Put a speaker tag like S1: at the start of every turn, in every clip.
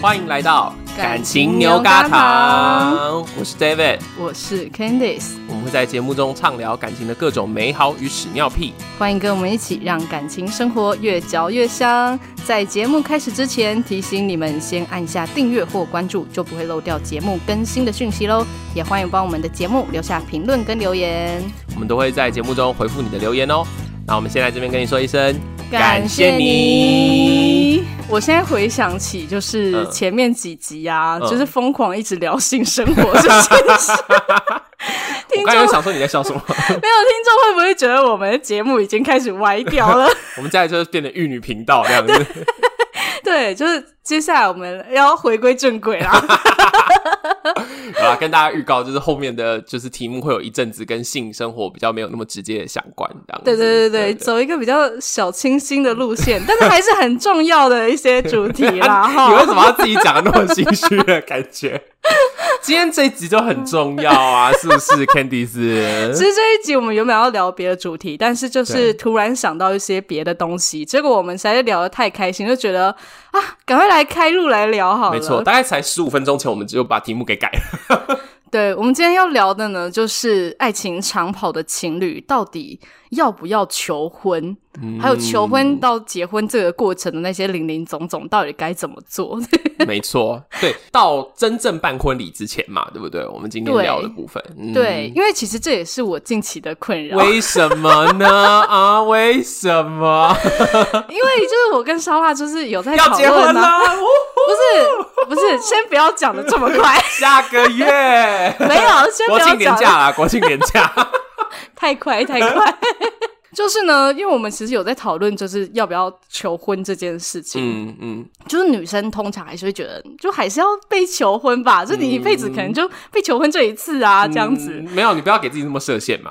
S1: 欢迎来到
S2: 感情牛轧糖，
S1: 我是 David。
S2: 我是 Candice，
S1: 我们会在节目中畅聊感情的各种美好与屎尿屁。
S2: 欢迎跟我们一起让感情生活越嚼越香。在节目开始之前，提醒你们先按下订阅或关注，就不会漏掉节目更新的讯息喽。也欢迎帮我们的节目留下评论跟留言。
S1: 我们都会在节目中回复你的留言哦。那我们先来这边跟你说一声，感谢你。
S2: 我现在回想起，就是
S1: 嗯
S2: 前面几集啊，
S1: 嗯
S2: 就是疯狂一直聊性生活 这件事。
S1: 我
S2: 听
S1: 刚才
S2: 众
S1: 有想说你在笑 什么？
S2: 没有听众会不会觉得我们的节目已经开始歪掉了？
S1: 我们接下来就是变成玉女频道这样 子。
S2: 对，就是接下来我们要回归正轨啦。
S1: 好啦，跟大家预告，就是后面的就是题目会有一阵子跟性生活比较没有那么直接的相关，这样子。
S2: 对对对对，走一个比较小清新的路 线，但是还是很重要的一些主题 啦
S1: 啊你为
S2: 哈。
S1: 什么要自己讲的那么心虚的感 觉？今天这一集就很重要啊，是不是，Candice？
S2: 其实这一集我们原本要聊别的主题，但是就是突然想到一些别的东西，结果我们实在是聊得太开心，就觉得啊，赶快来开路来聊好了。
S1: 没错，，大概才十五分钟前，我们就把题目给改 了。
S2: 对我们今天要聊的呢，就是爱情长跑的情侣到底要不要求婚，还有求婚到结婚这个过程的那些零零总总，到底该怎么做？
S1: 没错，对，到真正办婚礼之前嘛，对不对？我们今天
S2: 对
S1: 聊的部分，嗯、
S2: 对，因为其实这也是我近期的困扰，
S1: 为什么呢？啊，为什 么
S2: 因为就是我跟烧腊就是有在
S1: 要
S2: 讨
S1: 结婚
S2: 论啊，
S1: 啦？ 哦
S2: 不是不是，先不要讲的这么快，
S1: 下个月
S2: 没有，先不
S1: 国
S2: 要
S1: 庆年
S2: 讲得
S1: 假啦，国庆年 假。
S2: 太快太快。 就是呢，因为我们其实有在讨论，就是要不要求婚这件事情。
S1: 嗯嗯，
S2: 就是女生通常还是会觉得，就还是要被求婚吧，就你一辈子可能就被求婚这一次啊，这样子。
S1: 嗯没有，你不要给自己那么设限嘛。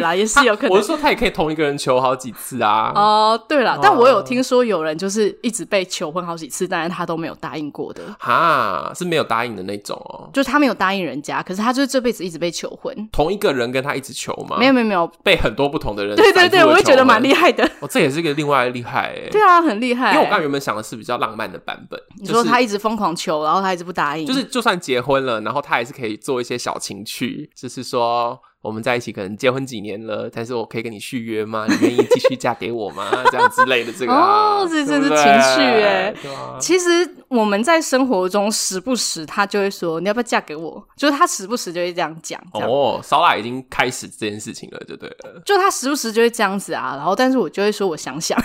S2: 啦，也 是有可
S1: 我
S2: 能
S1: 是。说，他也可以同一个人求好几次啊。
S2: 哦、对啦，但我有听说有人就是一直被求婚好几次，但是他都没有答应过的，
S1: 哈，是没有答应的那种哦。
S2: 就是他没有答应人家，可是他就是这辈子一直被求婚。
S1: 同一个人跟他一直求吗？
S2: 没有，没有没有，
S1: 被很多不同的人。
S2: 对对对，我会觉得蛮厉
S1: 害。
S2: 害的。
S1: 哦，这也是一个另外的厉害哎。
S2: 对啊，很厉害。
S1: 因为我刚才原本想的是比较浪漫的版本，
S2: 你
S1: 就
S2: 说
S1: 是
S2: 他一直疯狂求，然后他一直不答应，
S1: 就是就算结婚了，然后他还是可以做一些小情趣，就是说我们在一起可能结婚几年了，但是我可以跟你续约吗？你愿意继续嫁给我吗？这样之类的这个啊
S2: 哦
S1: 对
S2: 这
S1: 不
S2: 真是
S1: 对
S2: 情趣哎
S1: 对啊
S2: 其实我们在生活中时不时他就会说你要不要嫁给我，就是他时不时就会这样讲，这样、
S1: 哦，烧腊已经开始这件事情了，就对了。
S2: 就他时不时就会这样子啊。然后但是我就会说我想 想，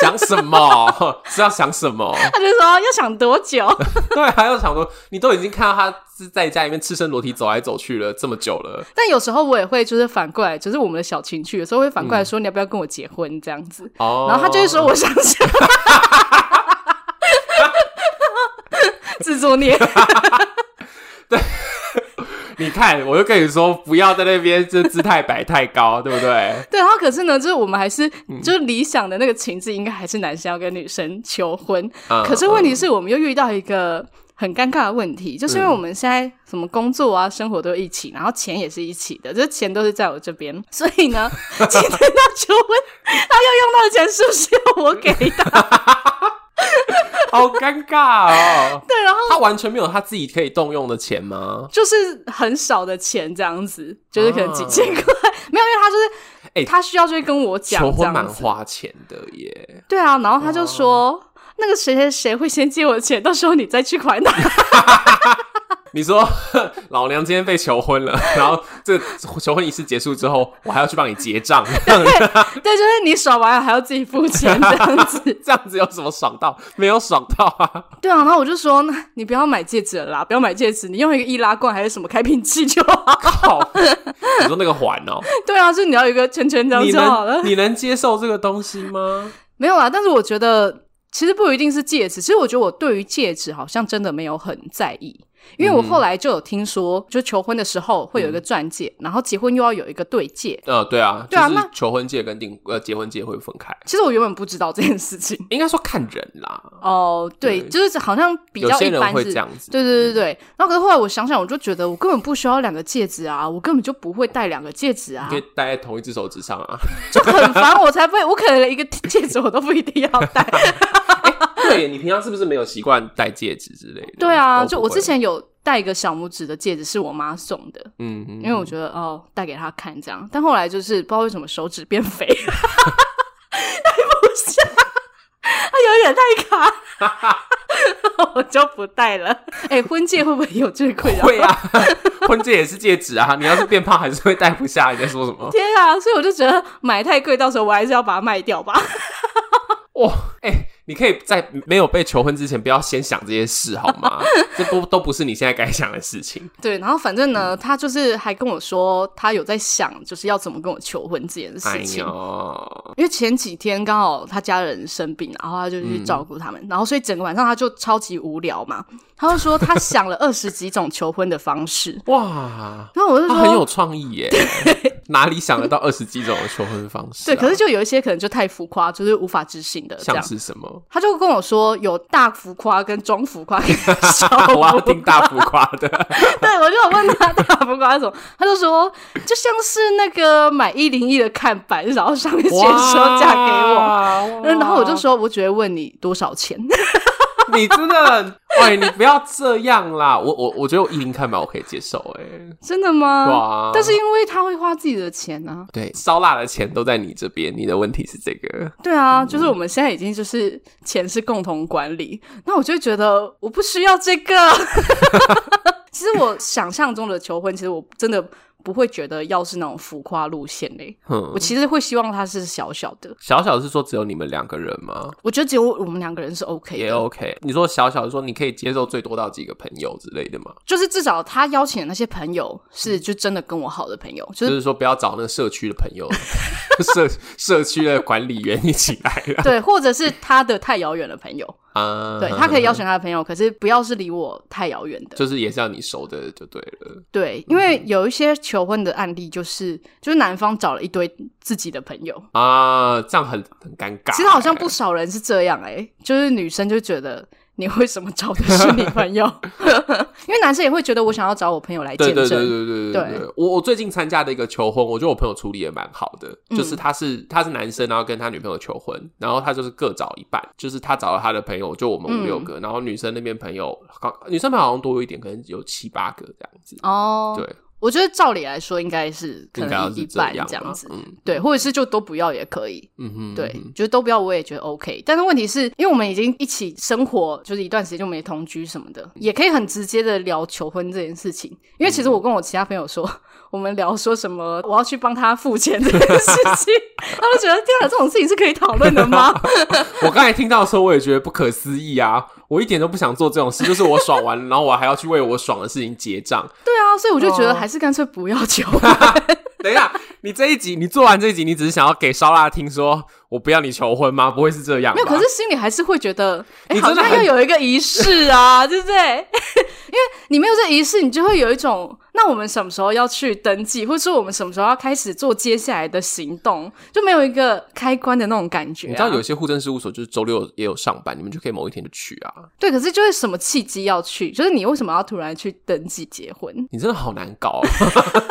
S1: 想什么？ 是要想什么？
S2: 他就说要想多久？
S1: 对，还有想说，你都已经看到他是在家里面赤身裸体走来走去了这么久了，
S2: 但有时候我也会就是反过来，就是我们的小情趣，有时候会反
S1: 嗯
S2: 过来说你要不要跟我结婚这样子，
S1: 哦，
S2: 然后他就会说我想想。 自作孽，
S1: 你看，我就跟你说，不要在那边就姿态摆太高，对不对？
S2: 对，然后可是呢，就是我们还是，就是理想的那个情致，应该还是男生要跟女生求婚，
S1: 嗯
S2: 可是问题是，我们又遇到一个很尴尬的问题，就是因为我们现在什么工作啊、生活都一起，然后钱也是一起的，就是钱都是在我这边，所以呢，今天他求婚，他要用到的钱是不是要我给的？
S1: 好尴尬 哦。
S2: 对，然后
S1: 他完全没有他自己可以动用的钱吗？
S2: 就是很少的钱这样子，就是可能几千块，没有，因为他就是，
S1: 啊哎
S2: 他需要就会跟我讲
S1: 求
S2: 这
S1: 婚蛮
S2: 样子，
S1: 花钱的耶，
S2: 对啊，然后他就说。
S1: 哦
S2: 那个谁谁谁会先借我钱，到时候你再去还他。
S1: 你说 老娘今天被求 婚了，然后这个求婚仪式结束之后，我还要去帮你结账，
S2: 对，就是你耍完还要自己付钱这样子。
S1: 这样子有什么爽到？没有爽到 啊！
S2: 对啊，然后我就说，那你不要买戒指了啦，不要买戒指，你用一个易拉罐还是什么开瓶器就好。
S1: 靠，你说那个环哦、
S2: 对啊，就是你要有一个圈圈这样
S1: 你
S2: 就好
S1: 能
S2: 了。
S1: 你能接受这个东西吗？
S2: 没有啦，但是我觉得其实不一定是戒指，其实我觉得我对于戒指好像真的没有很在意。因为我后来就有听说，就求婚的时候会有一个钻戒，然后结婚又要有一个对戒。
S1: 呃，对啊，
S2: 对啊
S1: 就是
S2: 那
S1: 求婚戒跟订呃结婚戒会分开，
S2: 其实我原本不知道这件事情。
S1: 应该说看人啦，
S2: 哦，对，
S1: 对
S2: 就是好像比
S1: 有
S2: 较
S1: 些
S2: 一
S1: 人
S2: 般
S1: 会
S2: 是
S1: 这样子。
S2: 对对对对，然后可是后来我想想，我就觉得我根本不需要两个戒指啊，我根本就不会戴两个戒指啊
S1: 你可，以戴在同一只手指上啊！
S2: 就很烦，我才不会，我可能一个戒指我都不一定要戴。
S1: 对耶，你平常是不是没有习惯戴戒指之类的？
S2: 对啊，
S1: 都不
S2: 就我
S1: 会
S2: 之，前有戴一个小拇指的戒指，是我妈送的，
S1: 嗯，嗯
S2: 因为我觉得哦，戴给她看这样，但后来就是不知道为什么手指变肥， 戴不下，它有一点太卡，我就不戴了。哎、婚戒会不会有这个困扰？
S1: 会啊， 婚戒也是戒指啊，你要是变胖还是会戴不下，你在说什么？
S2: 天啊！所以我就觉得买太贵，到时候我还是要把它卖掉吧。
S1: 哇，哎、你可以在没有被求婚之前，不要先想这些事好 吗？这不都不是你现在该想的事情。
S2: 对，然后反正
S1: 嗯
S2: 呢，他就是还跟我说，他有在想，就是要怎么跟我求婚这件
S1: 哎
S2: 事情。
S1: 呦，
S2: 因为前几天刚好他家人生病，然后他就
S1: 嗯
S2: 去照顾他们，然后所以整个晚上他就超级无聊嘛。他就说他想了二十几种求婚的 方式，
S1: 哇，
S2: 然后我就
S1: 他
S2: 说
S1: 很有啊创意耶，哪里想得到二十几种的求婚方式、啊？
S2: 对，可是就有一些可能就太浮夸，就是无法置信的这
S1: 像
S2: 样。
S1: 是什么？
S2: 他就跟我说有大浮夸跟中浮夸跟小 浮
S1: 我要听
S2: 夸，
S1: 大浮夸的，
S2: 对我就有问他大浮夸是什么，他就说就像是那个买一零一的看板，然后上面 写说嫁给我，
S1: 我
S2: 然后我就说我只会问你多少钱，
S1: 你真的，喂，你不要这样啦！我我我觉得我一零看板我可以接受、哎，
S2: 真的吗？
S1: 对啊
S2: 但是因为他会花自己的钱啊，
S1: 对，烧腊的钱都在你这边，你的问题是这个，
S2: 对啊，
S1: 嗯
S2: 就是我们现在已经就是钱是共同管理，那我就觉得我不需要这 个。其实我想象中的求婚，其实我真的不会觉得要是那种浮夸路线嘞、我
S1: 哼。
S2: 其实会希望它是小小的，
S1: 小小是说只有你们两个人吗？
S2: 我觉得只有我们两个人是 OK
S1: 也
S2: 的，
S1: OK。你说小小是说你可以接受最多到几个朋友之类的吗？
S2: 就是至少他邀请的那些朋友是就真的跟我好的朋友，就
S1: 就是是说不要找那个社区的朋友， 社社区的管理员一起来了
S2: 对，或者是他的太遥远的朋友，
S1: 啊。
S2: 对他可以邀请他的朋友，可是不要是离我太遥远的。
S1: 就是也是要你熟的就对了。
S2: 对，因为有一些求婚的案例，就是就是男方找了一堆自己的朋友，
S1: 啊，这样很很尴尬欸。
S2: 其实好像不少人是这样哎、就是女生就觉得你为什么找的是你朋友？ 因为男生也会觉得我想要找我朋友来见
S1: 对
S2: 证，
S1: 对对对对
S2: 对
S1: 对，我我最近参加的一个求婚，我觉得我朋友处理也蛮好的，就是
S2: 嗯
S1: 他是他是男生，然后跟他女朋友求婚，然后他就是各找一半，就是他找了他的朋友，就我们五六
S2: 嗯
S1: 个，然后女生那边朋友，好女生朋友好像多一点，可能有七八个这样子。
S2: 哦，
S1: 对，
S2: 我觉得照理来说应该是可
S1: 应该要
S2: 能
S1: 是
S2: 一
S1: 样
S2: 半
S1: 吧
S2: 这样子，
S1: 嗯
S2: 对，或者是就都不要也可以，
S1: 嗯哼，
S2: 对
S1: 嗯，
S2: 就是都不要，我也觉得 OK。但是问题是因为我们已经一起生活，就是一段时间就没同居什么
S1: 嗯
S2: 的，也可以很直接的聊求婚这件事情。因为其实我跟我其他朋友 说，我们聊说什么我要去帮他付钱这件事 情，他们觉得天啊，这种事情是可以讨论的吗？
S1: 我刚才听到的时候，我也觉得不可思议啊！我一点都不想做这种事，就是我爽完，然后我还要去为我爽的事情结账。
S2: 对啊，所以我就觉得
S1: 哦
S2: 还是干脆不要求婚。
S1: 等一下，你这一集，你做完这一集，你只是想要给烧腊听说，我不要你求婚吗？不会是这样吧？
S2: 没有，可是心里还是会觉得，哎、
S1: 你
S2: 好
S1: 真的
S2: 像要
S1: 很
S2: 有一个仪式 啊，对不对？因为你没有这仪式，你就会有一种，那我们什么时候要去登记，或者说我们什么时候要开始做接下来的行动，就没有一个开关的那种感觉、啊。
S1: 你知道有些户政事务所就是周六也有上班，你们就可以某一天就去啊。
S2: 对，可是就是什么契机要去，就是你为什么要突然去登记结 婚？
S1: 你真的好难搞、哦，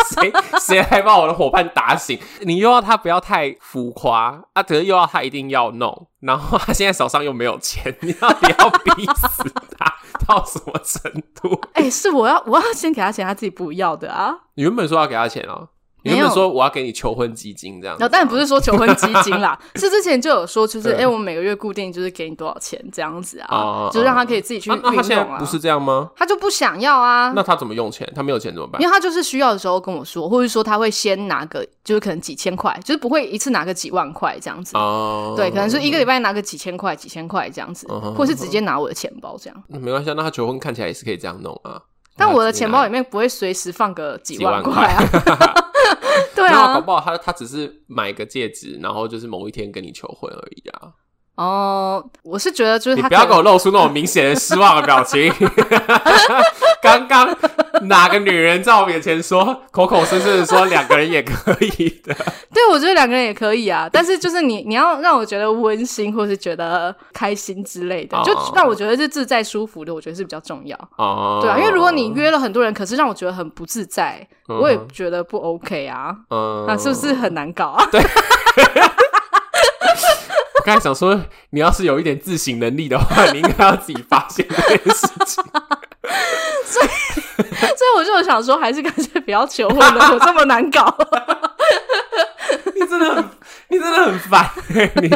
S1: 谁谁还把我的伙伴打醒？你又要他不要太浮夸啊，可是又要他一定要弄，然后他现在手上又没有钱， 你到底要逼死他到什么程度？
S2: 哎、是我要我要先给他钱，他自己不要的啊。
S1: 你原本说要给他钱哦，你
S2: 没有
S1: 原本说我要给你求婚基金这样子
S2: 然
S1: 啊，
S2: 后当然不是说求婚基 金啦，是之前就有说，就是哎、
S1: 对
S2: 诶我们每个月固定就是给你多少钱这样子
S1: 嗯哦哦
S2: 啊
S1: 哦，
S2: 就是让他可以自己去
S1: 啊
S2: 运
S1: 那他现
S2: 用
S1: 在
S2: 啊。
S1: 不是这样吗？
S2: 他就不想要啊。
S1: 那他怎么用钱？他没有钱怎么办
S2: 因？为他就是需要的时候跟我说，或者说他会先拿个，就是可能几千块，就是不会一次拿个几万块这样子。
S1: 哦，
S2: 对，可能是一个礼拜拿个几千块、几千块这样子，
S1: 嗯哼
S2: 或是直接拿我的钱包这样。
S1: 那没关系啊，那他求婚看起来也是可以这样弄啊。
S2: 但我的
S1: 那直接
S2: 钱
S1: 拿
S2: 包里面不会随时放个几万
S1: 几万
S2: 块啊。 对
S1: 那搞
S2: 啊，
S1: 不好他他只是买个戒指，然后就是某一天跟你求婚而已啊！
S2: 哦，我是觉得就是
S1: 你
S2: 他
S1: 不要
S2: 可
S1: 给
S2: 能
S1: 我露出那种明显的失望的表 情。刚刚哪个女人在我面前说口口声声的说两个人也可以的？
S2: 对我觉得两个人也可以啊，但是就是你你要让我觉得温馨，或是觉得开心之类的，就
S1: 哦
S2: 让我觉得是自在舒服的，我觉得是比较重要。
S1: 哦，
S2: 对啊，因为如果你约了很多人，可是让我觉得很不自在，
S1: 嗯哼
S2: 我也觉得不 OK 啊，
S1: 嗯
S2: 那是不是很难搞啊？
S1: 对？刚才想说，你要是有一点自省能力的话，你应该要自己发现这件事 情。
S2: 所以我就想说，还是干脆不要求婚了，我这么难搞。
S1: 你真的很，你真的很烦、欸、你。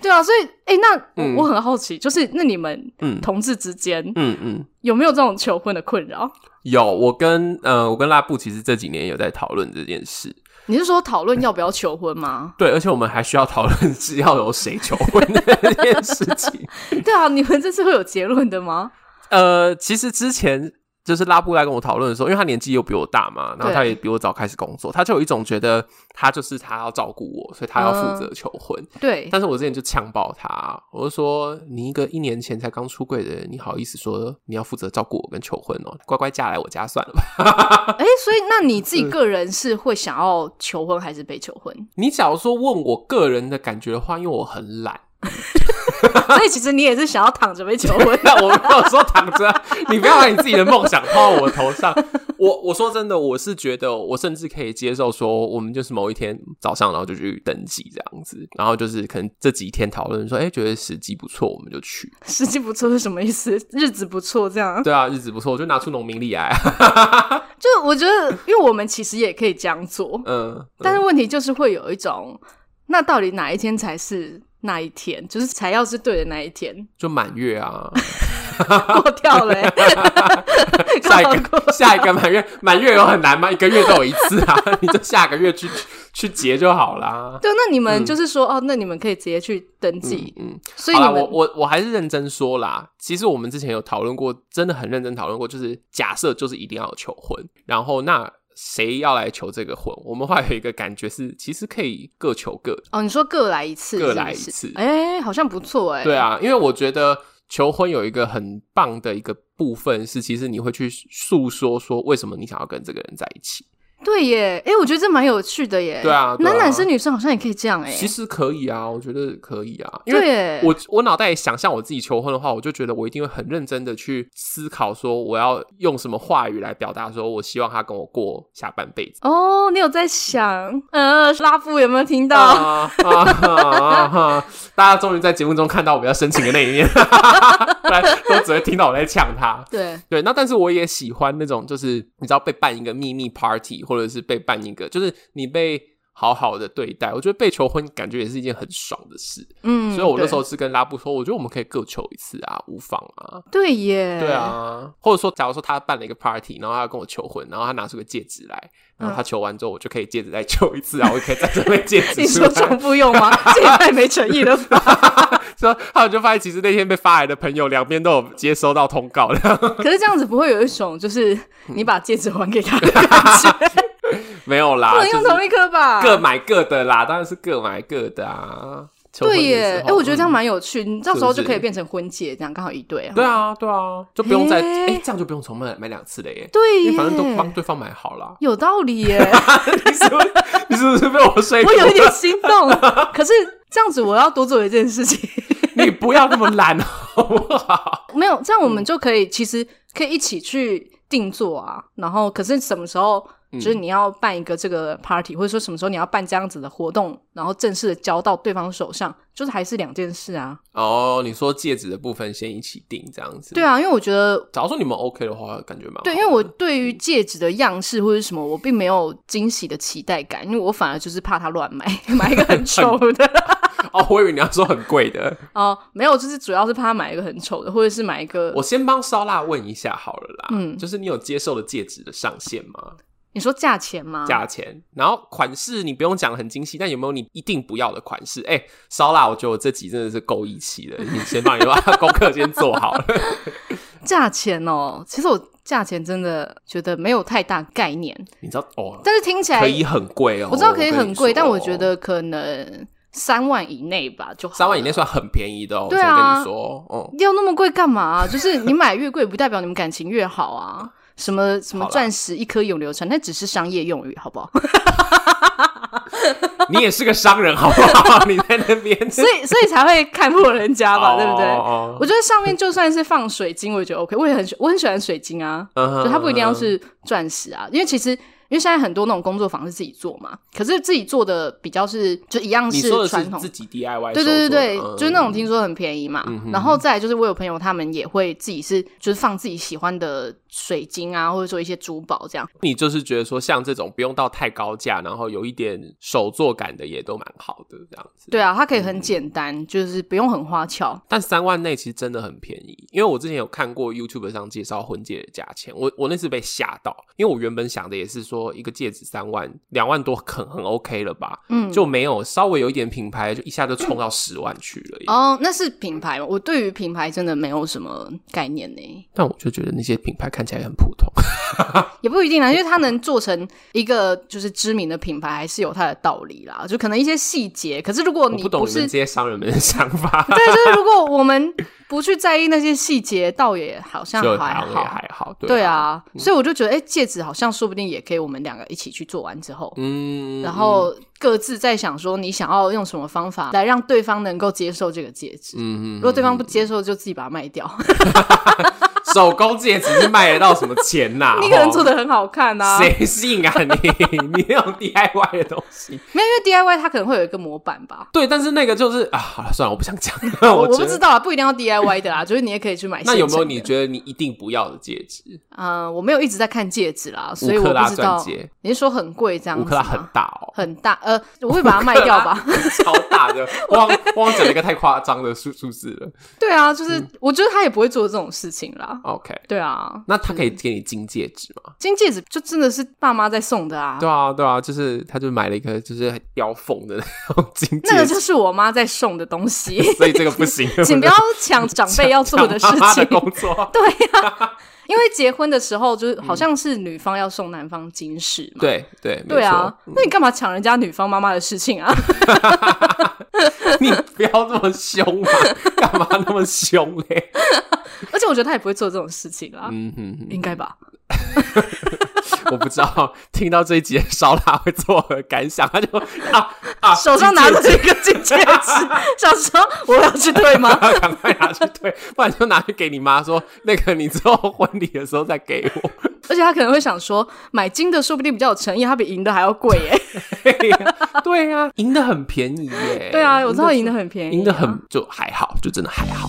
S2: 对啊，所以哎、欸，那、我我很好奇，就是那你们
S1: 嗯
S2: 同志之间
S1: 嗯嗯，
S2: 有没有这种求婚的困扰？
S1: 有，我跟呃，我跟拉布其实这几年有在讨论这件事。
S2: 你是说讨论要不要求婚吗？
S1: 对，而且我们还需要讨论是要由谁求婚的这件事 情。
S2: 对啊，你们这次会有结论的吗？
S1: 呃，其实之前就是拉布来跟我讨论的时候，因为他年纪又比我大嘛，然后他也比我早开始工作，他就有一种觉得他就是他要照顾我，所以他要负责求婚。
S2: 对，
S1: 但是我之前就呛爆他，我就说你一个一年前才刚出柜的人，你好意思说你要负责照顾我跟求婚哦？乖乖嫁来我家算了吧。
S2: 哎、所以那你自己个人是会想要求婚还是被求婚？
S1: 你假如说问我个人的感觉的话，因为我很懒，。
S2: 所以其实你也是想要躺着被求婚
S1: 那我没有说躺着，你不要把你自己的梦想抛到我头上。我我说真的，我是觉得我甚至可以接受说，我们就是某一天早上，然后就去登记这样子，然后就是可能这几天讨论说，哎、觉得时机不错，我们就去。
S2: 时机不错是什么意思？日子不错这样？
S1: 对啊，日子不错，我就拿出农民力来。
S2: 就我觉得，因为我们其实也可以这样做，
S1: 嗯，
S2: 但是问题就是会有一种，那到底哪一天才是那一天？就是才要是对的那 一天
S1: 就满月啊，
S2: 过掉了、欸，
S1: 下一
S2: 刚好
S1: 个
S2: 过
S1: 下一个满月，满月有很难吗？一个月都有一次啊， 你就下个月去去结就好啦。
S2: 对，那你们就是说、哦，那你们可以直接去登记，
S1: 嗯嗯
S2: 所以
S1: 好
S2: 你
S1: 啦，我
S2: 们
S1: 我我还是认真说啦。其实我们之前有讨论过，真的很认真讨论过，就是假设就是一定要有求婚，然后那谁要来求这个婚？我们后来有一个感觉是，其实可以各求各。
S2: 哦，你说各来一次，
S1: 各来
S2: 是不是
S1: 一次
S2: 哎、好像不错哎、
S1: 对，啊，因为我觉得求婚有一个很棒的一个部分是，其实你会去诉说说为什么你想要跟这个人在一起。
S2: 对耶，哎、我觉得这蛮有趣的耶，
S1: 对啊对啊
S2: 男男生女生好像也可以这样哎、
S1: 其实可以啊，我觉得可以啊，因
S2: 对
S1: 为
S2: 耶，
S1: 我我脑袋想象我自己求婚的话，我就觉得我一定会很认真的去思考，说我要用什么话语来表达，说我希望他跟我过下半辈子。
S2: 哦，你有在想，呃，拉夫有没有听到？
S1: 啊啊啊啊！大家终于在节目中看到我比较深情的那一面， 不然都只会听到我在呛他。
S2: 对，
S1: 对，那但是我也喜欢那种，就是你知道被办一个秘密 party，或者是被办一个，就是你被好好的对待。我觉得被求婚感觉也是一件很爽的事，
S2: 嗯，
S1: 所以我那
S2: 对
S1: 时候是跟拉布说，我觉得我们可以各求一次啊，无妨啊。
S2: 对耶，
S1: 对，啊，或者说，假如说他办了一个 party，然后他要跟我求婚，然后他拿出个戒指来，然后
S2: 嗯
S1: 他求完之后，我就可以戒指再求一次啊，我可以再准备戒指
S2: 你
S1: 出
S2: 说重
S1: 来。
S2: 复用 吗？这也太没诚意了吧！
S1: 所以他们就发现，其实那天被发来的朋友两边都有接收到通告的，
S2: 可是这样子不会有一种就是你
S1: 嗯
S2: 把戒指还给他的感 觉，
S1: 没有啦，
S2: 不能
S1: 就
S2: 用
S1: 是
S2: 同一啊颗吧？
S1: 啊各买各的啦，当然是各买各的啊。求婚
S2: 对
S1: 的
S2: 耶，
S1: 时候
S2: 哎，我觉得这样
S1: 嗯
S2: 蛮有趣，你到时候
S1: 是
S2: 就
S1: 不是
S2: 可以变成婚戒，这样刚好一对啊。
S1: 对啊，对啊，就不用再
S2: 欸
S1: 哎、这样就不用重买买两次了耶。
S2: 对
S1: 因
S2: 耶，。
S1: 为反正都帮对方买好了
S2: 有道理耶，
S1: 你是不是你是不是被我说服
S2: 我有一点
S1: 了？
S2: 心动。可是这样子，我要多做一件事情，
S1: 你不要那么懒啊好不好？
S2: 没有这样，我
S1: 嗯
S2: 们就可以其实可以一起去定做啊。然后，可是什么时候？
S1: 嗯
S2: 就是你要办一个这个 party，或者说什么时候你要办这样子的活动，然后正式的交到对方手上，就是还是两件事啊。
S1: 哦，你说戒指的部分先一起定这样子。
S2: 对，啊，因为我觉得，
S1: 假如说你们 OK 的话，感觉蛮好
S2: 对，因为我对于戒指的样式或者什么，我并没有惊喜的期待感，因为我反而就是怕他乱买， 买一个很丑 的。
S1: 哦，我以为你要说很贵的。
S2: 哦，没有，就是主要是怕他买一个很丑的，或者是买一个
S1: 我先帮烧腊问一下好了啦，
S2: 嗯
S1: 就是你有接受的戒指的上限吗？
S2: 你说价钱吗？
S1: 价钱，然后款式你不用讲得很精细，但有没有你一定不要的款式？哎、烧腊，我觉得我这集真的是够义气 的，你先帮你把功课先做好了。
S2: 价钱哦，其实我价钱真的觉得没有太大概念，
S1: 你知道哦，
S2: 但是听起来
S1: 可以很贵哦，
S2: 我知道可以很
S1: 跟你说
S2: 贵，但我觉得可能三万以内吧就好了。
S1: 三万以内算很便宜的哦。
S2: 对啊
S1: 我先跟你说，哦、
S2: 要那么贵干嘛、就是你买越贵，不代表你们感情越好啊。什么什么
S1: 好啦
S2: 钻石一颗永流传，那只是商业用语，好不好？
S1: 你也是个商人好不好？ 你在那边，
S2: 所以所以才会看破人家啊吧，对不对？
S1: 哦
S2: 我觉得上面就算是放水晶，我也觉得 OK。我也很喜我很喜欢水晶啊，
S1: 嗯哼
S2: 就它不一定要是钻石啊，因为其实因为现在很多那种工作坊是自己做嘛，可是自己做的比较是就一样
S1: 你说的是
S2: 传统
S1: 自己 DIY，
S2: 对对对对，
S1: 手做的
S2: 就是那种。
S1: 嗯
S2: 听说很便宜嘛。
S1: 嗯哼
S2: 然后再来就是我有朋友他们也会自己是就是放自己喜欢的水晶啊，或者说一些珠宝这样。
S1: 你就是觉得说，像这种不用到太高价，然后有一点手作感的，也都蛮好的这样子。
S2: 对啊，它可以很简单，
S1: 嗯
S2: 就是不用很花俏。
S1: 但三万内其实真的很便宜，因为我之前有看过 YouTube 上介绍婚戒的价钱，我我那次被吓到，因为我原本想的也是说一个戒指三万两万多很很 OK 了吧，
S2: 嗯，
S1: 就没有稍微有一点品牌就一下就冲到十万去了耶。
S2: 哦，那是品牌嘛？我对于品牌真的没有什么概念呢，
S1: 但我就觉得那些品牌看起来很普通，
S2: 也不一定啦，因为它能做成一个就是知名的品牌，还是有它的道理啦。就可能一些细节，可是如果
S1: 我
S2: 你
S1: 不懂你
S2: 是
S1: 们这些商人们的想法，
S2: 对，就是如果我们不去在意那些细节，倒也好像
S1: 就
S2: 还
S1: 像也
S2: 好。
S1: 还好，对嗯
S2: 对，啊，所以我就觉得，哎、戒指好像说不定也可以，我们两个一起去做完之后，
S1: 嗯，
S2: 然后各自在想说，你想要用什么方法来让对方能够接受这个戒指。
S1: 嗯
S2: 如果对方不接受，就自己把它卖 掉。
S1: 手工戒指是卖得到什么钱呐、
S2: 你可能
S1: 哦
S2: 做的很好看呐、
S1: 谁信啊你？你 那种 DIY 的东 西，
S2: 没有，因为 DIY 它可能会有一个模板吧。
S1: 对，但是那个就是啊，好了， 算了，我不想讲。
S2: 我
S1: 觉
S2: 不
S1: 得
S2: 知。道啊，不一定要 DIY 的啦， 就是你也可以去买现
S1: 那
S2: 成的。
S1: 有没有你觉得你一定不要的戒指？
S2: 嗯、我没有一直在看戒指啦，所以
S1: 乌克
S2: 我不
S1: 拉
S2: 知道
S1: 钻戒。
S2: 你是说很贵这样
S1: 乌
S2: 子
S1: 克兰
S2: 吗
S1: 很大 哦，
S2: 很大，呃，我会把它卖掉吧。
S1: 超大的，汪汪讲了一个太夸张的数数字了。
S2: 对啊，就是、
S1: 嗯
S2: 我觉得他也不会做这种事情啦。
S1: OK，
S2: 对啊，
S1: 那他可以给你金戒指吗？
S2: 金戒指就真的是爸妈在送的啊，
S1: 对啊，对啊，就是他就买了一个就是很雕缝的那种金
S2: 那
S1: 戒
S2: 个
S1: 指，
S2: 就是我妈在送的东西，
S1: 所以这个不行，
S2: 请不要抢长辈要做的事
S1: 抢妈妈
S2: 情
S1: 的。工作。
S2: 对呀、 因为结婚的时候就是好像是女方要送男方金饰嘛。
S1: 对对，嗯没
S2: 对啊
S1: 错，，
S2: 那你干嘛抢人家女方妈妈的事情啊？
S1: 你不要那么凶嘛，干嘛那么凶嘞？
S2: 而且我觉得他也不会做这种事情啦，
S1: 嗯哼哼，
S2: 应该吧？
S1: 我不知道听到这一集的烧腊会作何感想，他就啊啊，
S2: 手上拿
S1: 金戒
S2: 着
S1: 指
S2: 一个金戒指， 想说我要去退 吗？
S1: 要啊赶快拿去退，不然就拿去给你妈说，那个你之后婚礼的时候再给 我。
S2: 而且他可能会想说，买金的说不定比较有诚意，它比银的还要贵耶。
S1: 对啊，赢的很便宜耶。
S2: 对啊，我知道银的很便
S1: 嗯
S2: 宜、
S1: 赢的很。就还好，就真的还好。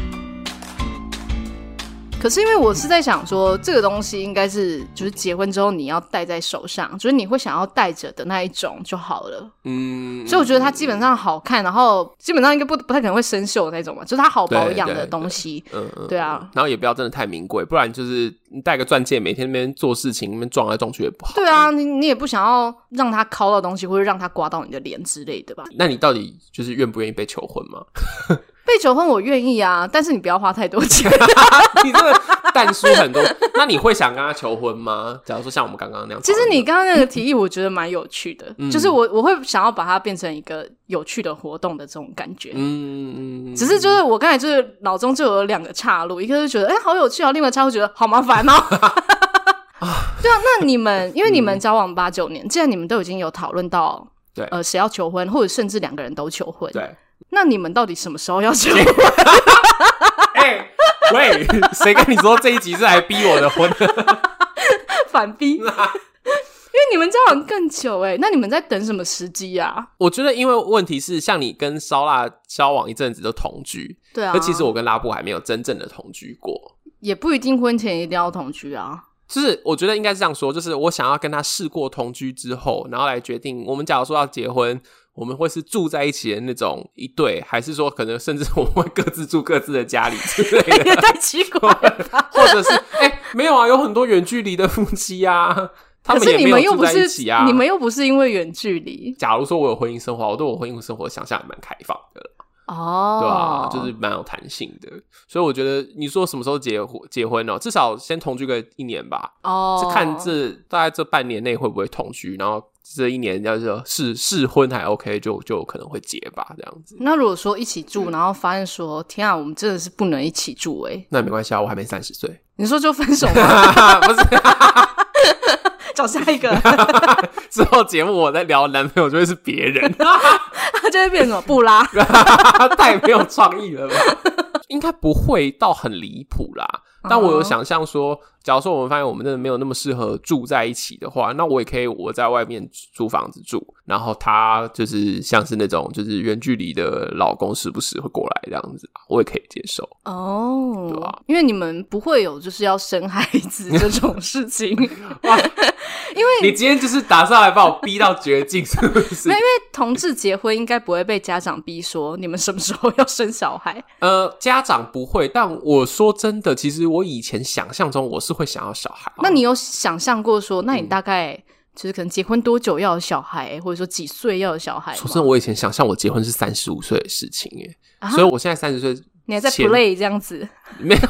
S2: 可是因为我是在想说，这个东西应该是就是结婚之后你要戴在手上，就是你会想要戴着的那一种就好了。
S1: 嗯，
S2: 所以我觉得它基本上好看，然后基本上应该不不太可能会生锈的那种嘛，就是它好保
S1: 对
S2: 养
S1: 对
S2: 的
S1: 对
S2: 东西。
S1: 嗯，嗯
S2: 对啊，
S1: 然后也不要真的太名贵，不然就是你戴个钻戒，每天那边做事情，那边撞来撞去也不好。
S2: 对啊，你你也不想要让它敲到东西，或者让它刮到你的脸之类的吧？
S1: 那你到底就是愿不愿意被求婚 吗？
S2: 被求婚我愿意啊，但是你不要花太多钱。
S1: 你这个淡出很多，那你会想跟他求婚吗？假如说像我们刚刚那样讨
S2: 其
S1: 论的，
S2: 实你刚刚那个提议，我觉得蛮有趣的，
S1: 嗯
S2: 就是我我会想要把它变成一个有趣的活动的这种感觉。
S1: 嗯，嗯，
S2: 只是就是我刚才就是脑中就有两个岔路，一个就觉得哎、好有趣哦，另外一个岔路觉得好麻 烦哦。 对啊，那你们因为
S1: 嗯
S2: 你们交往八九年，既然你们都已经有讨论到
S1: 对
S2: 呃谁要求婚，或者甚至两个人都求婚，
S1: 对，
S2: 那你们到底什么时候要求婚？
S1: 哎、喂，谁跟你说这一集是来逼我的婚的？
S2: 反逼，因为你们交往更久哎，那你们在等什么时机啊？
S1: 我觉得，因为问题是，像你跟烧腊交往一阵子都同居，
S2: 对啊，
S1: 那、其实我跟拉布还没有真正的同居过。
S2: 也不一定婚前一定要同居 啊。
S1: 就是我觉得应该是这样说，就是我想要跟他试过同居之后，然后来决定我们假如说要结婚，我们会是住在一起的那种一对，还是说可能甚至我们会各自住各自的家里之类
S2: 也
S1: 的，
S2: 太奇怪了吧？
S1: 或者是哎、没有啊，有很多远距离的夫妻啊， 他
S2: 可
S1: 们
S2: 是
S1: 也
S2: 你
S1: 没
S2: 们
S1: 有
S2: 又
S1: 住
S2: 不
S1: 在一
S2: 是
S1: 起啊。
S2: 你们又不是因为远距离
S1: 假如说我有婚姻生活，我对我婚姻生活的想象还蛮开放的，
S2: 哦，
S1: 对啊，就是蛮有弹性的。所以我觉得你说什么时候结婚结婚哦，至少先同居个一年吧，
S2: 哦，
S1: 是看这大概这半年内会不会同居，然后这一年要是试试婚还 OK，就就有可能会结吧，这样子。
S2: 那如果说一起
S1: 嗯
S2: 住，然后发现说，天啊，我们真的是不能一起住哎、
S1: 那没关系啊，我还没三十岁，
S2: 你说就分手吗？
S1: 不是
S2: 找下一 个，
S1: 之后节目我在聊男朋友就会是别人，
S2: 他就会变成什么布 拉？
S1: 太没有创意了吧？ 应该不会到很离谱啦，但我有想象说，假如说我们发现我们真的没有那么适合住在一起的话，那我也可以我在外面租房子住，然后他就是像是那种就是远距离的老公时不时会过来这样子，啊我也可以接受。
S2: 哦、
S1: 啊对啊
S2: 因为你们不会有就是要生孩子这种事 情，
S1: 哇，因为你今天就是打算来把我逼到绝境，是不是
S2: 没有，因？为同志结婚应该不会被家长逼说你们什么时候要生小 孩。
S1: 呃，家长不会，但我说真的，其实我以前想象中我是会想要小孩。啊
S2: 那你有想象过说，那你大概就是可能结婚多久要有小孩，或者说几岁要有小孩吗？
S1: 说真的，我以前想象我结婚是三十五岁的事情耶，
S2: 啊
S1: 所以我现在三十岁，
S2: 你还在
S1: 前
S2: play 这样子，
S1: 没有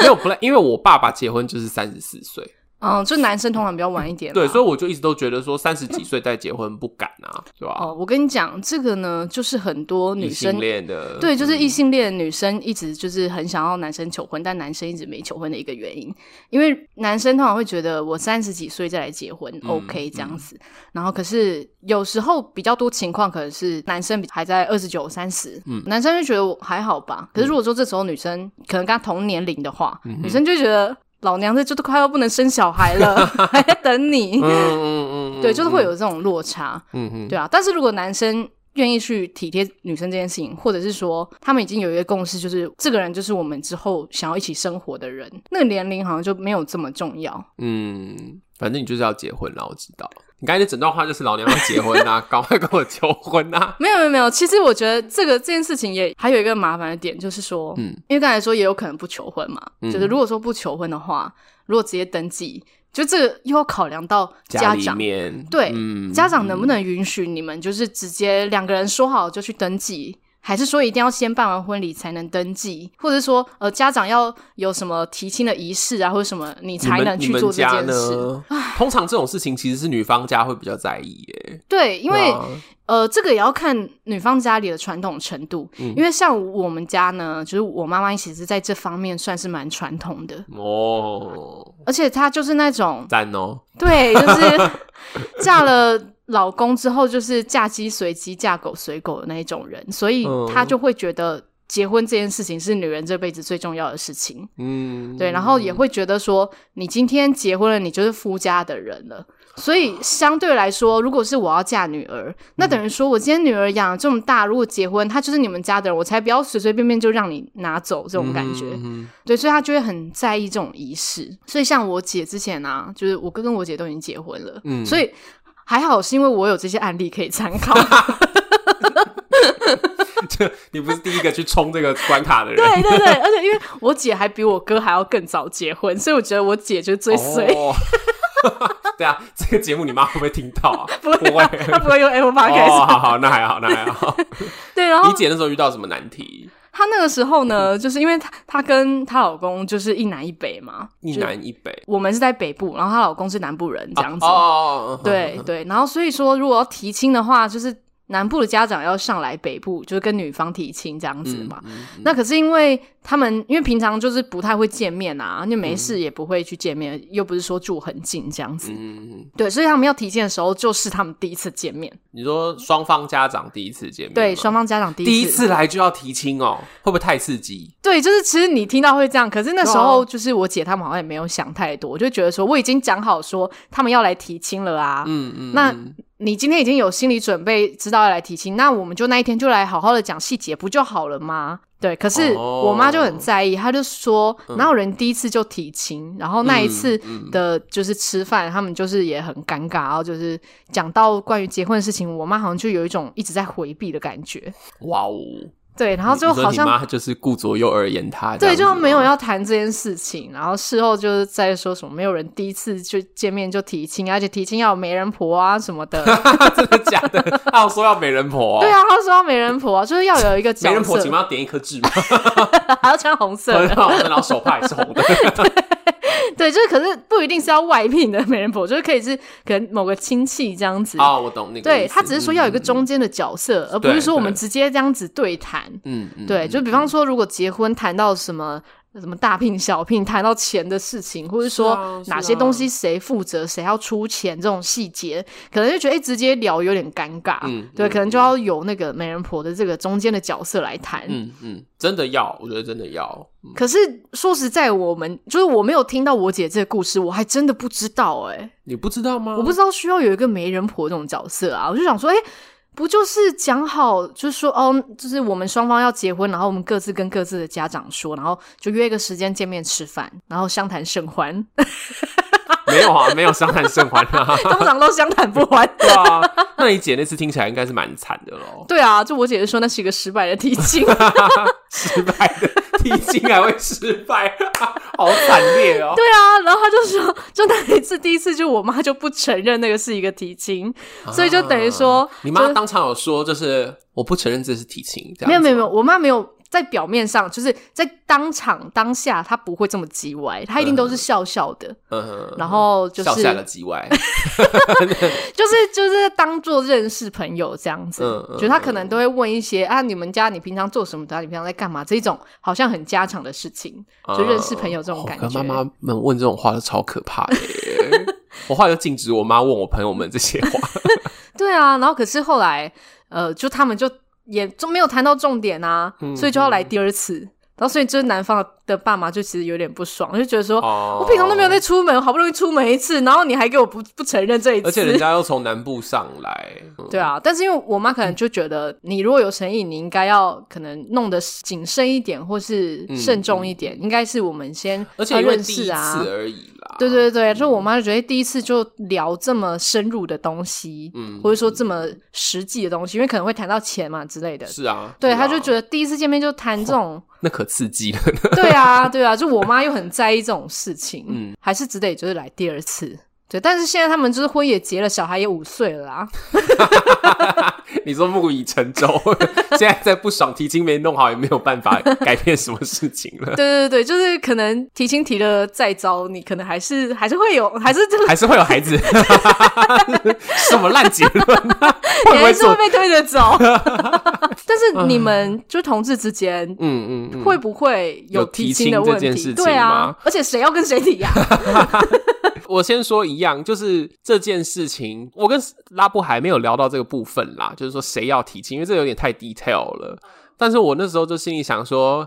S1: 没有 play，因为我爸爸结婚就是三十四岁，
S2: 嗯，就男生通常比较晚一点啦。
S1: 对，所以我就一直都觉得说三十几岁再结婚不敢啊，对吧、
S2: 哦，我跟你讲，这个呢，就是很多
S1: 异
S2: 女
S1: 性
S2: 生。
S1: 恋的，
S2: 对，就是
S1: 嗯
S2: 异性恋女生一直就是很想要男生求婚，但男生一直没求婚的一个原因，因为男生通常会觉得我三十几岁再来结婚、
S1: 嗯
S2: o k 这样子。然后可是有时候比较多情况，可能是男生比还在二十九、三十，
S1: 嗯
S2: 男生就觉得我还好吧。可是如果说这时候女生可能跟他同年龄的话，
S1: 嗯
S2: 女生就觉得老娘这就都快要不能生小孩 了，还在等你。
S1: 嗯嗯嗯，嗯
S2: 对，就是会，有这种落差。
S1: 嗯嗯
S2: 对啊，但是如果男生愿意去体贴女生这件事情，或者是说他们已经有一个共识，就是这个人就是我们之后想要一起生活的人，那个年龄好像就没有这么重要。
S1: 嗯嗯，反正你就是要结婚啦，我知道。你刚才那整段话就是老娘要结婚啊， 赶快跟我求婚啊！
S2: 没有没有没有，其实我觉得这个这件事情也还有一个麻烦的点，就是说，
S1: 嗯
S2: 因为刚才说也有可能不求婚嘛，
S1: 嗯
S2: 就是如果说不求婚的话，如果直接登记，就这个又要考量到 家
S1: 里
S2: 长。
S1: 面，
S2: 对
S1: 嗯
S2: 家长能不能允许你们就是直接两个人说好就去登记？还是说一定要先办完婚礼才能登记，或者说呃家长要有什么提亲的仪式啊，或者什么你
S1: 你
S2: 才
S1: 们
S2: 能
S1: 你
S2: 去
S1: 们
S2: 做这
S1: 家
S2: 件事？
S1: 呢？通常这种事情其实是女方家会比较在意耶，
S2: 对，因为、
S1: 对啊
S2: 呃这个也要看女方家里的传统程度，
S1: 嗯
S2: 因为像我们家呢，就是我妈妈其实在这方面算是蛮传统的，
S1: 哦，
S2: 而且她就是那种
S1: 赞哦，
S2: 对，就是嫁了老公之后，就是嫁鸡随鸡，嫁狗随狗的那一种人，所以
S1: 嗯
S2: 她就会觉得结婚这件事情是女人这辈子最重要的事情。
S1: 嗯，
S2: 对，然后也会觉得说，你今天结婚了，你就是夫家的人了。所以相对来说，如果是我要嫁女儿，
S1: 嗯
S2: 那等于说我今天女儿养得这么大，如果结婚，她就是你们家的人，我才不要随随便便就让你拿走这种感觉。
S1: 嗯
S2: 对，所以他就会很在意这种仪式。所以像我姐之前啊，就是我哥跟我姐都已经结婚了，
S1: 嗯
S2: 所以还好是因为我有这些案例可以参 考。
S1: 这嗯你不是第一个去冲这个关卡的人，
S2: 对对对，而且因为我姐还比我哥还要更早结婚，所以我觉得我姐就是最衰，
S1: 哦对啊，这个节目你妈会不会听到啊？
S2: 不会
S1: 不会
S2: 啊，她不会用 Apple Podcast、
S1: 哦，好好，那还好，那还 好。
S2: 对，然后
S1: 你姐那时候遇到什么难题？
S2: 她那个时候
S1: 嗯
S2: 呢，就是因为她她跟她老公就是一南一北嘛，
S1: 一
S2: 就是
S1: 南一北，
S2: 我们是在北部，然后她老公是南部人这样子。
S1: 哦哦，哦
S2: 对，对，然后所以说，如果要提亲的话，就是南部的家长要上来北部，就是跟女方提亲这样子
S1: 嗯
S2: 嘛。
S1: 嗯
S2: 那可是因为他们因为平常就是不太会见面啊，就没事也不会去见面，又不是说住很近这样子。
S1: 嗯，
S2: 对，所以他们要提亲的时候，就是他们第一次见面，
S1: 你说双方家长第一次见面吗，
S2: 对，双方家长第一次。
S1: 第一次来就要提亲哦，会不会太刺激？
S2: 对，就是其实你听到会这样，可是那时
S1: 对
S2: 候
S1: 啊
S2: 就是我姐他们好像也没有想太多，我就觉得说我已经讲好说他们要来提亲了啊，
S1: 嗯嗯，
S2: 那
S1: 嗯
S2: 你今天已经有心理准备，知道要来提亲，那我们就那一天就来好好的讲细节，不就好了吗？对，可是
S1: 哦嗯
S2: 我妈就很在意，她就说哪有人第一次就提亲？然后那一次的就是吃饭，他们就是也很尴尬，然后就是讲到关于结婚的事情，我妈好像就有一种一直在回避的感觉。
S1: 哇哦，
S2: 对，然后就
S1: 你说
S2: 好
S1: 你
S2: 像
S1: 妈就是顾左右而言他，
S2: 对，
S1: 这
S2: 就
S1: 样子
S2: 没有
S1: 吗
S2: 要谈这件事情，然后事后就是在说什么没有人第一次就见面就提亲，而且提亲要有媒人婆啊什么的。
S1: 真的 假的？他有说要美人婆、哦，
S2: 对，啊，他说要媒人婆啊，就是要有一个角
S1: 美人婆哦
S2: 色
S1: 请，问要点一颗痣吗？
S2: 还要穿红色
S1: 很
S2: 的。
S1: 好，然后手帕也是红的。
S2: 对对，就是可是不一定是要外聘的媒人婆，就是可以是可能某个亲戚这样子。
S1: 哦，我懂那个意思。
S2: 对他只是说要有一个
S1: 嗯，
S2: 中间的角色，而不
S1: 对
S2: 是说我们
S1: 对
S2: 直接这样子对谈。
S1: 嗯嗯，
S2: 对，
S1: 嗯
S2: 就比方说，如果结婚谈到什么什么大聘小聘，谈到钱的事情，或者
S1: 是啊
S2: 说
S1: 是
S2: 哪些东
S1: 啊
S2: 西谁负责，谁要出钱这种细节，可能就觉得哎、诶直接聊有点尴尬。
S1: 嗯
S2: 对，
S1: 嗯
S2: 可能就要由那个媒人婆的这个中间的角色来谈。
S1: 嗯嗯，真的要，我觉得真的要，嗯
S2: 可是说实在，我们就是我没有听到我姐这个故事，我还真的不知道哎、诶
S1: 你不知道吗？
S2: 我不知道需要有一个媒人婆这种角色啊，我就想说，哎、不就是讲好，就是说，哦，就是我们双方要结婚，然后我们各自跟各自的家长说，然后就约一个时间见面吃饭，然后相谈甚欢，
S1: 没有啊，没有伤害圣环啊，
S2: 通常都相谈不欢。
S1: 对啊，那你姐那次听起来应该是蛮惨的喽，
S2: 对啊，就我姐姐说那是一个失败的提亲，
S1: 失败的，提亲还会失败，啊 好惨烈哦。
S2: 对啊，然后他就说，就那一次第一次，就我妈就不承认那个是一个提亲，所以就等于说，
S1: 啊你妈
S2: 就是
S1: 当场有说，就是我不承认这是提亲，这样
S2: 没有没
S1: 子
S2: 有没有，
S1: 吗，
S2: 我妈没有在表面上，就是在当场当下，她不会这么叽歪，她一定都是笑笑的，
S1: 嗯哼，
S2: 然后就是
S1: 笑下了叽歪，
S2: 就是就是当做认识朋友这样子，
S1: 嗯嗯
S2: 就她可能都会问一些啊，你们家你平常做什么的啊、你平常在干嘛？这一种好像很家常的事情，就认识朋友这种
S1: 哦
S2: 感
S1: 跟
S2: 觉。
S1: 妈妈们问这种话是超可怕的 耶，我后来就禁止我妈问我朋友们这些话。
S2: 对啊，然后可是后来呃，就他们就也就没有谈到重点啊，
S1: 嗯
S2: 所以就要来第二次。然后，所以就是男方的爸妈就其实有点不爽，就觉得说，
S1: 哦
S2: 我平常都没有在出门，我好不容易出门一次，然后你还给我不不承认这一次，
S1: 哦而且人家又从南部上来，嗯
S2: 对啊，但是因为我妈可能就觉得，你如果有诚意，你应该要可能弄得谨慎一点，或是慎重一点，应该是我们先
S1: 而且因为
S2: 认
S1: 第一
S2: 识
S1: 次
S2: 啊。
S1: 而已啦。
S2: 对对对，就我妈就觉得第一次就聊这么深入的东西，
S1: 嗯
S2: 或者说这么实际的东西，因为可能会谈到钱嘛之类的。
S1: 是啊，
S2: 对，
S1: 啊
S2: 她就觉得第一次见面就谈这 种，
S1: 那可刺激了。
S2: 对啊，对啊，就我妈又很在意这种事情，
S1: 嗯
S2: 还是只得就是来第二次。对，但是现在他们就是婚也结了，小孩也五岁了啊啦，
S1: 你说木已成舟， 现在在不爽，提亲没弄好，也没有办法改变什么事情了，
S2: 对对对，就是可能提亲提的再糟，你可能还是还是会有，还是就是
S1: 还是会有孩 子。 什么烂结论、啊？会不
S2: 你还
S1: 会
S2: 是
S1: 做？
S2: 会被推着走。 但是你们就同志之间。
S1: 嗯嗯嗯，
S2: 会不会
S1: 有
S2: 提
S1: 提
S2: 亲
S1: 亲
S2: 的
S1: 这
S2: 问
S1: 件
S2: 题？
S1: 事
S2: 对
S1: 情
S2: 啊
S1: 吗，
S2: 而且谁要跟谁提啊呀、
S1: 我先说一样，就是这件事情，我跟拉布还没有聊到这个部分啦，就是说谁要提亲，因为这有点太 detail 了。但是我那时候就心里想说，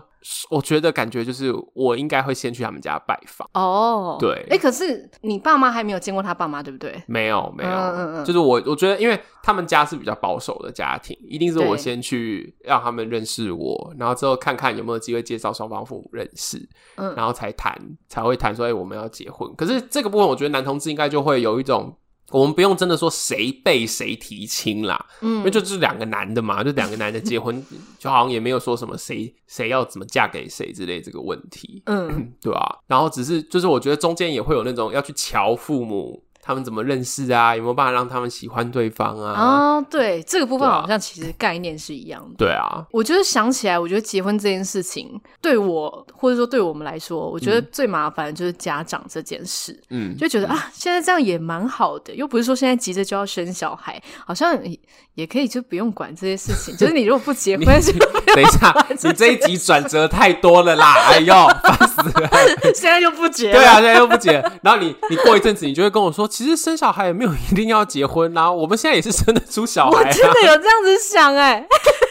S1: 我觉得感觉就是我应该会先去他们家拜访。
S2: 哦，
S1: 对
S2: 哎、可是你爸妈还没有见过他爸妈，对不对？
S1: 没有，没有，
S2: 嗯嗯嗯
S1: 就是我，我觉得，因为他们家是比较保守的家庭，一定是我
S2: 对
S1: 先去让他们认识我，然后之后看看有没有机会介绍双方父母认识，
S2: 嗯
S1: 然后才谈，才会谈说，哎、我们要结婚。可是这个部分，我觉得男同志应该就会有一种，我们不用真的说谁被谁提亲啦，因为
S2: 嗯，
S1: 就是两个男的嘛，就两个男的结婚， 就好像也没有说什么谁谁要怎么嫁给谁之类这个问题，
S2: 嗯，
S1: 对啊，然后只是就是我觉得中间也会有那种要去瞧父母他们怎么认识啊，有没有办法让他们喜欢对方啊？
S2: 哦，对，这个部分
S1: 对啊
S2: 好像其实概念是一样的。
S1: 对啊，
S2: 我就是想起来，我觉得结婚这件事情对我，或者说对我们来说，我觉得最麻烦的就是家长这件事，
S1: 嗯，
S2: 就觉得啊，现在这样也蛮好的，又不是说现在急着就要生小孩，好像也也可以就不用管这些事情。就是你如果 不结婚，就
S1: 等一 下，你这一集转折太多了啦，哎呦，
S2: 啊
S1: 烦死了。
S2: 现在就不结了。
S1: 对啊，现在又不结，然后你你过一阵子，你就会跟我说，其实生小孩也没有一定要结婚啦、我们现在也是生得出小
S2: 我
S1: 孩、啊。
S2: 真的有这样子想哎、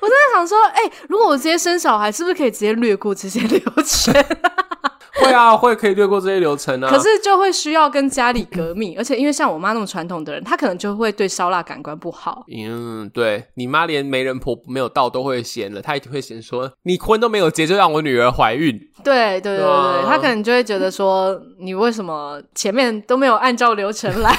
S2: 我真的想说，哎、如果我直接生小孩，是不是可以直接略过这些流 程？
S1: 会啊，会可以略过这些流程啊。
S2: 可是就会需要跟家里革命，而且因为像我妈那么传统的人，她可能就会对烧腊感官不好。
S1: 嗯，对你妈连媒人婆没有到都会嫌了，她一定会嫌说你婚都没有结就让我女儿怀孕，
S2: 对对对
S1: 对啊
S2: 对，她可能就会觉得说，你为什么前面都没有按照流程来？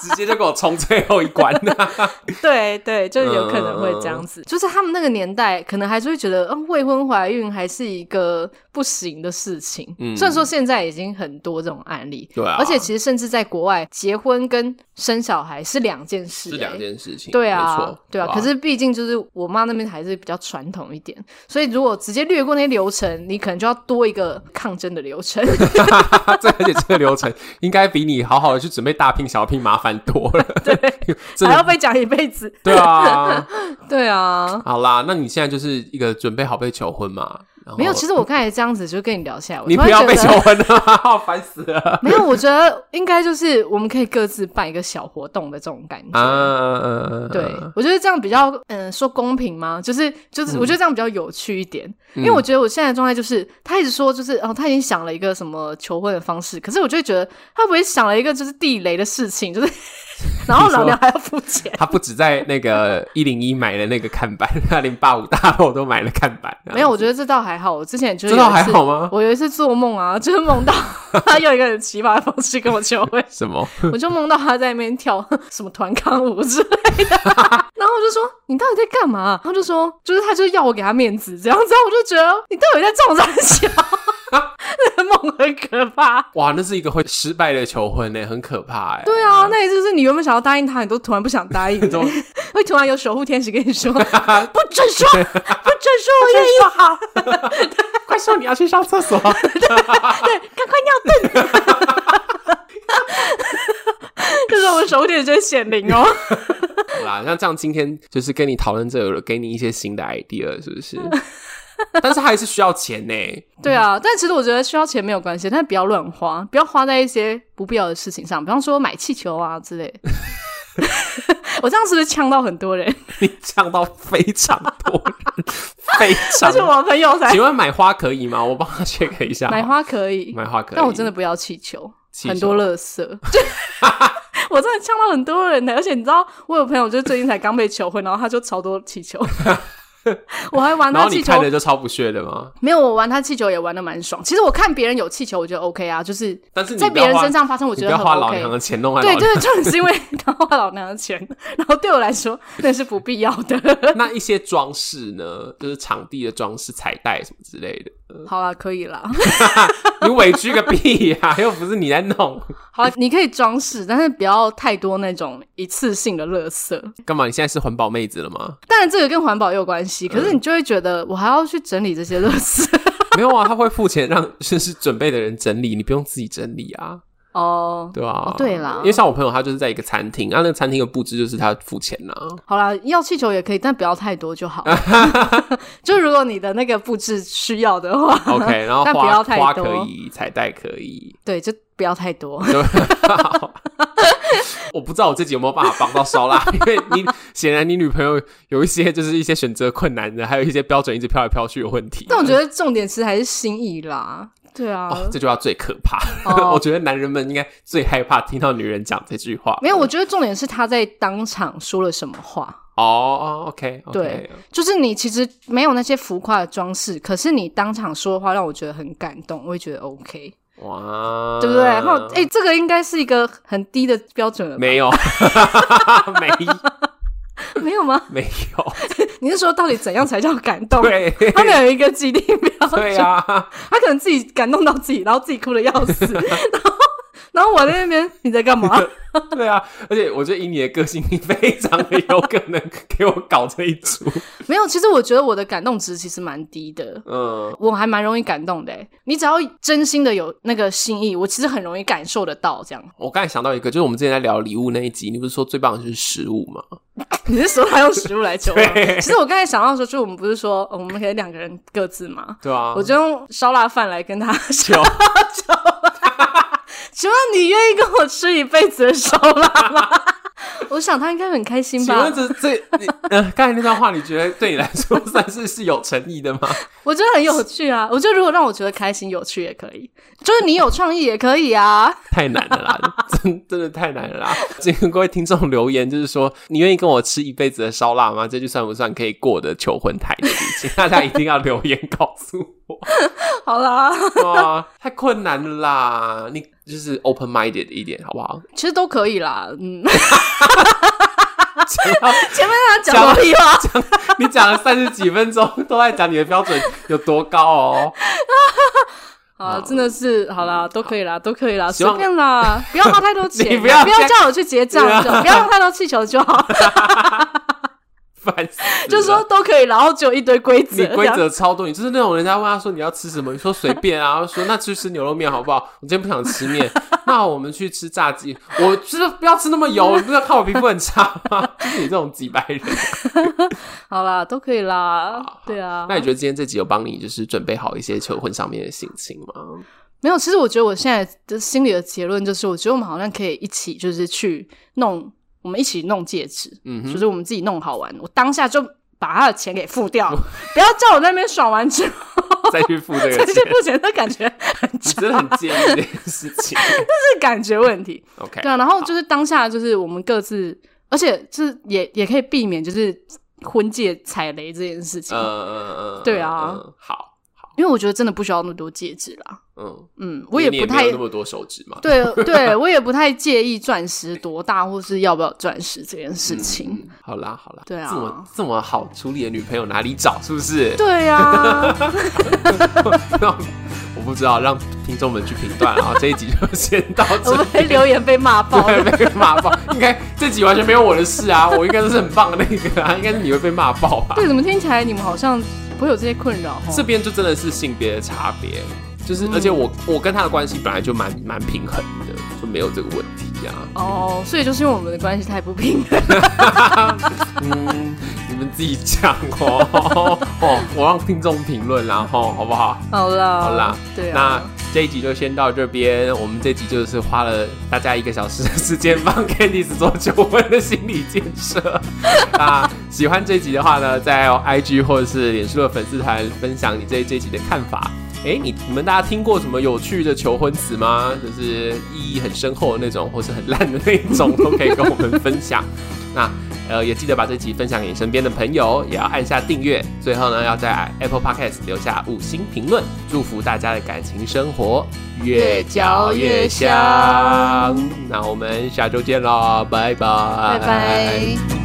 S1: 直接就给我冲最后一关了。
S2: 对对，就有可能会这样
S1: 嗯
S2: 子。就是他们那个年代，可能还是会觉得，嗯，未婚怀孕还是一个不行的事情。
S1: 嗯
S2: 虽然说现在已经很多这种案例，
S1: 对啊
S2: 而且其实甚至在国外，结婚跟生小孩是两件事、
S1: 是两
S2: 欸
S1: 件事情，
S2: 对
S1: 没
S2: 啊
S1: 错，
S2: 对啊，
S1: 哇
S2: 可是毕竟就是我妈那边还是比较传统一点，所以如果直接略过那些流程，你可能就要多一个抗争的流程。
S1: 这而且这个流程应该比你好好的去准备大聘小聘麻烦多了。 对， 真
S2: 还要
S1: 的
S2: 被讲一辈子。
S1: 对啊。
S2: 对啊，
S1: 好啦，那你现在就是一个准备好被求婚嘛？然后
S2: 没有。其实我刚才这样子就跟你聊起来，我
S1: 哦你
S2: 突
S1: 不
S2: 然
S1: 要
S2: 觉
S1: 被
S2: 得
S1: 求婚了， 烦死 了
S2: 没有，我觉得应该就是我们可以各自办一个小活动的这种感觉。
S1: 啊！
S2: 对，我觉得这样比较，嗯、说公平吗？就是就是，
S1: 嗯
S2: 我觉得这样比较有趣一点，因为我觉得我现在的状态就是，他一直说就是哦，他已经想了一个什么求婚的方式，可是我就会觉得他会不会想了一个就是地雷的事情，就是 然后老娘还要付钱，
S1: 他不止在那个一零一买了那个看板，他连八五大楼都买了看板。啊
S2: 没有，我觉得这倒还好。我之前就是
S1: 这倒
S2: 有一次
S1: 还好吗
S2: 我有一次做梦啊， 就是梦到他用一个很奇葩的方式跟我求婚，
S1: 什么？
S2: 我就梦到他在那边跳 什么团康舞之类的，然后我就说你到底在干嘛？他就说就是他就是要我给他面子这样子，然后我就觉得你到底在装啥小？ 那个梦很可怕。
S1: 哇，那是一个会失败的求婚呢，很可怕哎。
S2: 对啊，那也就是你原本想要答应他，你都突然不想 答应，
S1: 怎么
S2: 会突然有守护天使跟你说不准说，不准说，我 愿意，
S1: 说好，快说你要去上厕所。
S2: 赶快尿遁。 就是我们守护天使就会显灵哦。
S1: 好啦，那这样今天就是跟你讨论这个，给你一些新的 idea，是不是？但是还是需要钱呢。
S2: 对啊，
S1: 嗯
S2: 但其实我觉得需要钱没有关系，但不要乱花，不要花在一些不必要的事情上，比方说买气球啊之类。 我这样是不是呛到很 多人？
S1: 你呛到非常多人，非
S2: 而
S1: 常
S2: 且
S1: 多。
S2: 我朋友才
S1: 请问买花可以吗？我帮他 check 一下。
S2: 买花可以，
S1: 买花可以，
S2: 但我真的不要气球，
S1: 气球
S2: 很多垃圾。 就我真的呛到很多人呢，而且你知道，我有朋友就是最近才刚被求婚，然后他就超多气球， 我还玩
S1: 然
S2: 他
S1: 后
S2: 气
S1: 你
S2: 球
S1: 看的就超不屑的吗？
S2: 没有，我玩他气球也玩的蛮爽。其实我看别人有气球，我觉得 OK 啊，就是
S1: 但是你
S2: 在
S1: 不
S2: 别
S1: 要
S2: 人
S1: 花
S2: 身上发生，我
S1: 你
S2: 觉
S1: 不
S2: 得
S1: 要
S2: 很
S1: 花老
S2: OK
S1: 娘。的钱弄坏老
S2: 对，
S1: 娘。
S2: 就 是重点是因为他花老娘的钱，然后对我来说那是不必要的。
S1: 那一些装饰呢，就是场地的装饰、彩带什么之类的，
S2: 好啦，可以啦，
S1: 你委屈个屁呀、又不是你在弄，
S2: 好啦，你可以装饰，但是不要太多那种一次性的垃圾。
S1: 干嘛？你现在是环保妹子了吗？
S2: 当然，这个跟环保也有关系，
S1: 嗯
S2: 可是你就会觉得我还要去整理这些垃圾
S1: 没有啊，他会付钱让就是准备的人整理，你不用自己整理啊，
S2: 哦。
S1: 对啊，
S2: 哦对啦
S1: 因为像我朋友他就是在一个餐厅，啊，那个餐厅的布置就是他付钱 啦、
S2: 好啦，要气球也可以，但不要太多就好。 就如果你的那个布置需要的话
S1: OK，然后
S2: 但不
S1: 花
S2: 要太
S1: 花
S2: 多
S1: 可以，彩带可以，
S2: 对，就不要太多。
S1: 对我不知道我自己有没有办法帮到烧啦，因为你显然你女朋友有一些就是一些选择困难的，还有一些标准一直飘来飘去的问题。
S2: 但我觉得重点其实还是心意啦。对啊，
S1: 哦，这句话最可怕。
S2: 哦
S1: 我觉得男人们应该最害怕听到女人讲这句话。
S2: 没有，我觉得重点是他在当场说了什么话。
S1: 哦、o k
S2: 对就是你其实没有那些浮夸的装饰，可是你当场说的话让我觉得很感动，我也觉得 OK，、
S1: 哇，
S2: 对不对？然后哎、这个应该是一个很低的标准了吧？
S1: 呃没有， 没
S2: 没有吗？
S1: 没有，
S2: 你是说到底怎样才叫感 动？
S1: 对
S2: 他们有一个既定标准，
S1: 对啊，
S2: 他可能自己感动到自己，然后自己哭的要 死，然后然后我在那边你在干嘛？
S1: 对啊，而且我觉得以你的个性，你非常的有可能给我搞这一出。
S2: 没有，其实我觉得我的感动值其实蛮低的，
S1: 嗯，
S2: 我还蛮容易感动的欸。你只要真心的有那个心意，我其实很容易感受得到。这样，
S1: 我刚才想到一个，就是我们之前在聊礼物那一集，你不是说最棒的就是食物吗？
S2: 你是说他用食物来求吗？
S1: 对
S2: 其实我刚才想到说，就我们不是说呃我们可以两个人各自嘛，
S1: 对啊，
S2: 我就用烧腊饭来跟他 说。
S1: 有
S2: 请问你愿意跟我吃一辈子的烧腊吗？ 我想他应该很开心
S1: 请问
S2: 吧。
S1: 这这你呃，刚才那段话，你觉得对你来说算是是有诚意的吗？
S2: 我觉得很有趣啊。我觉得如果让我觉得开心、有趣也可以，就是你有创意也可以 啊。
S1: 太难了啦， 真真的太难了啦！请各位听众留言，就是说你愿意跟我吃一辈子的烧腊吗？这句算不算可以过我的求婚台的礼请大家一定要留言告诉我。
S2: 好啦，
S1: 哇，太困难了啦，你就是 open minded 一点，好不好？
S2: 其实都可以啦， 嗯，
S1: 讲到
S2: 前面让他讲什么屁话？
S1: 你讲了三十几分钟，都在讲你的标准有多高哦。
S2: 啊，真的是好啦，都可以啦，都可以啦，
S1: 嗯希
S2: 随
S1: 望
S2: 便啦，不要花太多钱
S1: 你
S2: 啦，
S1: 不要
S2: 不
S1: 这
S2: 要
S1: 样
S2: 叫我去结账
S1: 对啊
S2: 就， 不要用太多气球 就好，
S1: 烦死了！
S2: 就说都可以，然后只有一堆规则，
S1: 你规
S2: 这样
S1: 则超多，你就是那种人家问他说你要吃什么，你说随便啊， 说那去吃牛肉面好不好？我今天不想吃面，那我们去吃炸鸡。我就是不要吃那么油，你不要看我皮肤很差吗？ 就是你这种几百人。
S2: 好啦，都可以啦
S1: 好，
S2: 对啊
S1: 那，你觉得今天这集有帮你就是准备好一些求婚上面的心情吗？
S2: 没有，其实我觉得我现在的心里的结论就是，我觉得我们好像可以一起就是去弄，我们一起弄戒指，
S1: 嗯哼
S2: 就是我们自己弄好玩，我当下就。把他的钱给 付掉，不要叫我那边爽完之后
S1: 再去付这
S2: 再
S1: 个
S2: 去
S1: 钱，
S2: 付钱，那感觉很
S1: 你
S2: 差，
S1: 真的很介意这件事情。
S2: 是感觉问题。
S1: OK，
S2: 对啊，然后就是当下就是我们各自，而且就是也也可以避免就是婚戒踩雷这件事情，
S1: 嗯嗯嗯，
S2: 对啊
S1: 嗯，好，
S2: 因为我觉得真的不需要那么多戒指啦。
S1: 嗯，
S2: 嗯，我也
S1: 因为
S2: 不
S1: 你没
S2: 太
S1: 有那么多手指嘛。
S2: 对对，我也不太介意钻石多大或是要不要钻石这件事情。
S1: 嗯，好啦好啦，
S2: 对啊
S1: 这么这么好处理的女朋友哪里找？是不是？
S2: 对 啊，
S1: 那我不知道，让听众们去评断啊。这一集就先到
S2: 我
S1: 这
S2: 们
S1: 里。
S2: 被留言被骂爆
S1: 对，
S2: 了。
S1: 被骂爆，应该这集完全没有我的事啊，我应该都是很棒的那个啊，应该是你会被骂爆吧？
S2: 对，怎么听起来你们好像不会有这些困扰哦？
S1: 这边就真的是性别的差别，就是、而且我我跟他的关系本来就蛮蛮平衡的，就没有这个问题啊。
S2: 哦，所以就是因为我们的关系太不平衡。
S1: 嗯，你们自己讲哦哦，我让听众评论啦，吼，好不好？
S2: 好啦，
S1: 好啦，
S2: 对
S1: 那
S2: 啊，
S1: 这一集就先到这边。我们这集就是花了大家一个小时的时间帮 Candice 做求婚的心理建设。那喜欢这集的话呢，在 IG 或者是脸书的粉丝团分享你对这集的看法。哎，你你们大家听过什么有趣的求婚词吗？就是意义很深厚的那种，或是很烂的那种，都可以跟我们分享。那呃，也记得把这集分享给你身边的朋友，也要按下订阅。最后呢，要在 Apple Podcast 留下五星评论，祝福大家的感情生活
S2: 越嚼越香
S1: 那我们下周见喽，拜拜，
S2: 拜拜。